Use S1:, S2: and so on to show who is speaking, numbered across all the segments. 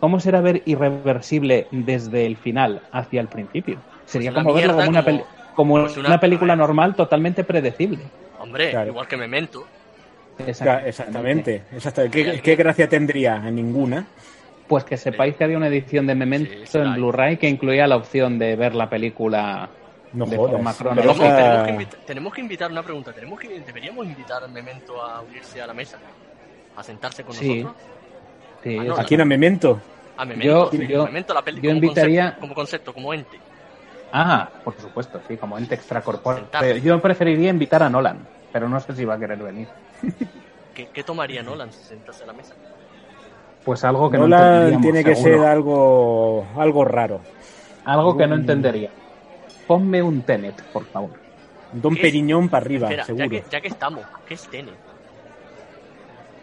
S1: ¿Cómo será ver irreversible desde el final hacia el principio? Sería
S2: Pues la
S1: como verlo
S2: mierda
S1: como una,
S2: como-
S1: peli- como
S2: pues una-
S1: una película normal totalmente predecible.
S2: Hombre,
S3: Claro.
S2: igual que Memento.
S3: Claro, Exactamente. exactamente. ¿Qué, qué gracia tendría? Ninguna.
S1: Pues que sepáis que había una edición de Memento
S2: Sí, sí, la
S1: en
S2: hay.
S1: Blu-ray que incluía la opción de ver la película
S3: No
S1: de forma
S3: jodas.
S1: cronológica.
S2: Tenemos,
S3: Pero esa-
S2: tenemos que invita- tenemos que invitar una pregunta. Tenemos que, deberíamos invitar a Memento a unirse a la mesa, a sentarse con
S1: Sí.
S2: nosotros.
S1: Sí,
S2: Ah,
S1: es-
S2: no,
S3: ¿A quién a Memento?
S2: A Memento,
S1: Yo-
S2: sí,
S1: yo-
S2: Memento la peli
S1: yo
S2: como,
S1: invitaría-
S2: concepto, como concepto, como ente.
S1: Ah, por supuesto, sí, como ente extracorpóreo.
S2: Sentarse.
S1: Pero Yo preferiría invitar a Nolan, pero no sé si va a querer venir.
S2: ¿Qué, qué tomaría Nolan si sentarse a la mesa?
S1: Pues algo que no
S3: Nolan
S1: entenderíamos,
S3: tiene que
S1: seguro.
S3: ser algo, algo raro.
S1: Algo que no
S3: algún-
S1: entendería. Ponme un Tenet, por favor.
S3: Don
S2: ¿Qué?
S3: Periñón para arriba,
S2: Espera, ya
S3: seguro.
S2: que, ya que estamos, ¿qué es Tenet?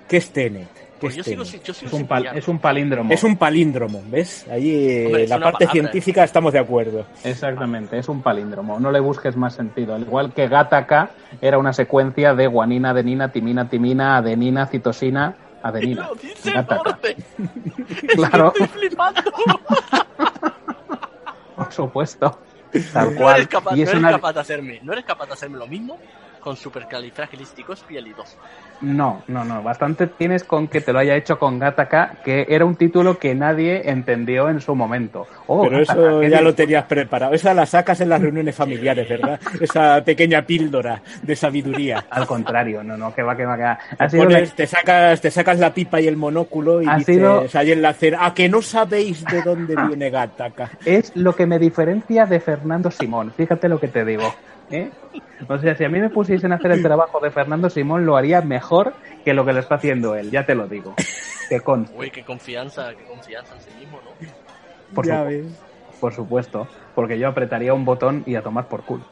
S3: ¿Qué es Tenet? ¿Qué
S2: Pues
S3: es,
S2: yo sigo,
S3: Tenet?
S2: sin- yo sigo
S1: Es un,
S2: sin
S1: pal-
S2: pillar.
S1: es un palíndromo.
S3: Es un palíndromo, ¿ves? Ahí eh,
S2: Hombre, es
S3: la
S2: una
S3: parte
S2: palabra.
S3: científica estamos de acuerdo.
S1: Exactamente, es un palíndromo. No le busques más sentido. Al igual que Gataca era una secuencia de guanina, adenina, timina, timina, adenina, citosina, adenina.
S2: ¡Lo dice el
S1: Gataca.
S2: norte! Es que
S1: Claro.
S2: estoy flipando.
S1: Por supuesto. Tal
S2: No
S1: cual.
S2: eres, capaz,
S1: y
S2: no
S1: es
S2: eres
S1: una...
S2: capaz de hacerme, no eres capaz de hacerme lo mismo con supercalifragilísticos pielidosos.
S1: No, no, no. Bastante tienes con que te lo haya hecho con Gataca, que era un título que nadie entendió en su momento. Oh,
S3: Pero
S1: Gattaca,
S3: eso
S1: qué
S3: ya
S1: bien.
S3: lo tenías preparado. Esa la sacas en las reuniones familiares, ¿verdad? Esa pequeña píldora de sabiduría.
S1: Al contrario, no, no, que va, que va, que va.
S3: Te
S1: Ha sido una-
S3: pones- te, sacas, te sacas la pipa y el monóculo y
S1: Ha
S3: dices
S1: sido-
S3: ahí en la cena, a que no sabéis de dónde viene Gataca.
S1: es lo que me diferencia de Fernando Simón. Fíjate lo que te digo. ¿eh? O sea, si a mí me pusiesen a hacer el trabajo de Fernando Simón, lo haría mejor que lo que lo está haciendo él. Ya te lo digo. Te con,
S2: Uy, qué confianza, qué confianza en sí mismo, ¿no?
S1: Por
S3: ya
S1: supuesto.
S3: ves.
S1: por supuesto, porque yo apretaría un botón y a tomar por culo.